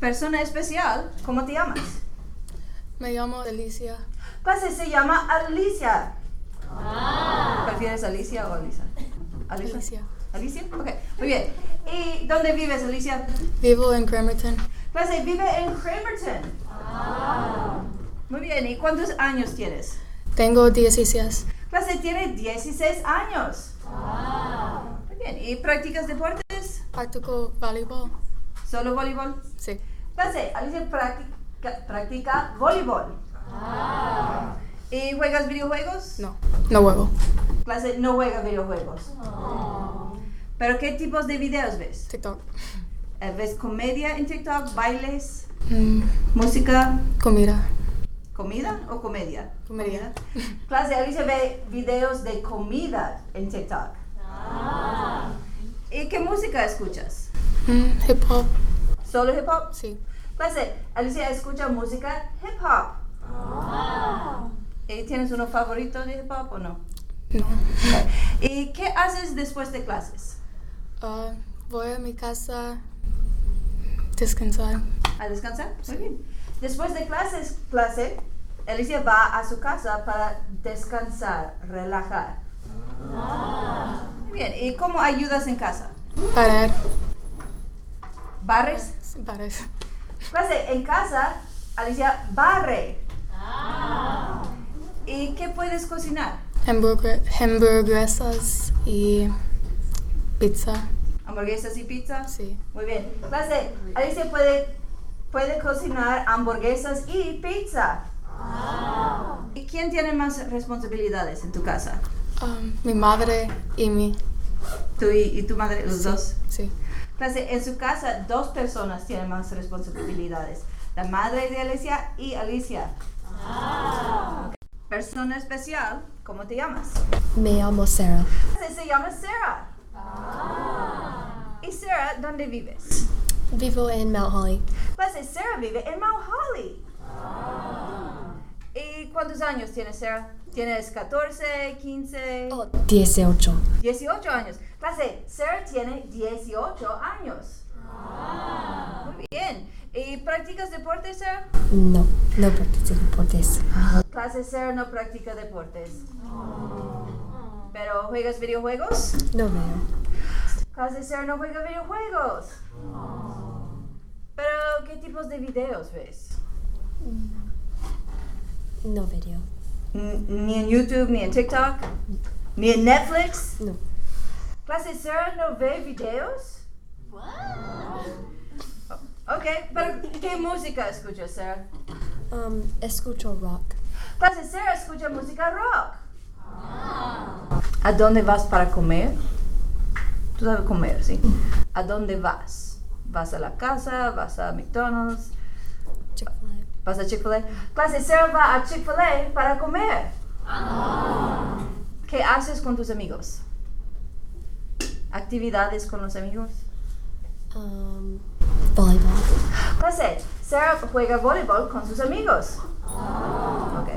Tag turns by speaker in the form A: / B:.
A: Persona especial, ¿cómo te llamas?
B: Me llamo Alicia.
A: Clase se llama Alicia. ¿Prefieres Alicia o Alisa? Alisa.
B: Alicia.
A: Alicia, ok, muy bien. ¿Y dónde vives, Alicia?
B: Vivo en Cramerton.
A: Clase vive en Cramerton. Muy bien, ¿y cuántos años tienes?
B: Tengo 16.
A: Clase tiene 16 años. Muy bien, ¿y practicas deportes?
B: Practico voleibol.
A: ¿Solo voleibol?
B: Sí.
A: Clase, Alicia practica, practica voleibol. ¿Y juegas videojuegos?
B: No. No huevo.
A: Clase no juega videojuegos.
B: Oh.
A: ¿Pero qué tipos de videos ves?
B: TikTok.
A: Eh, ¿Ves comedia en TikTok? ¿Bailes?
B: Mm,
A: ¿Música?
B: comida.
A: ¿Comida o comedia?
B: Comedia.
A: Clase, Alicia ve videos de comida en TikTok.
B: Ah.
A: ¿Y qué música escuchas?
B: Mm, hip hop.
A: ¿Solo hip hop?
B: Sí.
A: Clase, Alicia escucha música hip hop. ¿Y tienes uno favorito de hip hop o no?
B: Ah. No.
A: ¿Y qué haces después de clases?
B: Ah, voy a mi casa. Descansar.
A: ¿A descansar? Pues Muy bien. Después de clases, clase, Alicia va a su casa para descansar, relajar. Muy bien. ¿Y cómo ayudas en casa?
B: Parar.
A: ¿Barres?
B: Bares.
A: Clase, en casa, Alicia barre. ¿Y qué puedes cocinar?
B: Hamburger, hamburguesas y pizza.
A: ¿Hamburguesas y pizza?
B: Sí.
A: Muy bien. Clase, Alicia puede, puede cocinar hamburguesas y pizza. ¿Y quién tiene más responsabilidades en tu casa?
B: Um, mi madre y mi.
A: Tú y, y tu madre, los dos.
B: Sí.
A: Clase, en su casa dos personas tienen más responsabilidades. La madre de Alicia y Alicia. Ok. Persona especial, ¿cómo te llamas?
C: Me llamo Sarah.
A: Se, se llama Sarah. ¿Y Sarah, dónde vives?
C: Vivo en Mount Holly.
A: Clase, Sarah vive en Mount Holly. Ah. ¿Y cuántos años tienes, Sarah? ¿Tienes 14, 15,
C: Oh, 18.
A: 18 años? Clase, Sarah tiene 18 años. Muy bien. ¿Y practicas deportes, Sarah?
C: No, no practico deportes.
A: Clase, Sarah no practica deportes. ¿Pero juegas videojuegos?
C: No veo.
A: Clase, Sarah no juega videojuegos. ¿Pero qué tipos de videos ves?
C: No veo.
A: N- ni en YouTube, ni en TikTok, ni en Netflix.
C: No.
A: Clase Sarah no ve videos. Ok, pero ¿qué música escucha Sarah?
C: Um, escucho rock.
A: Clase Sarah escucha música rock. ¿A dónde vas para comer? Tú sabes comer, ¿sí? ¿A dónde vas? ¿Vas a la casa? ¿Vas a McDonald's?
C: Chick-fil-A.
A: ¿Vas a Chick-fil-A? Clase Sarah va a Chick-fil-A para comer. ¿Qué haces con tus amigos? ¿Actividades con los amigos?
C: Um, volleyball.
A: Clase, Sarah juega voleibol con sus amigos.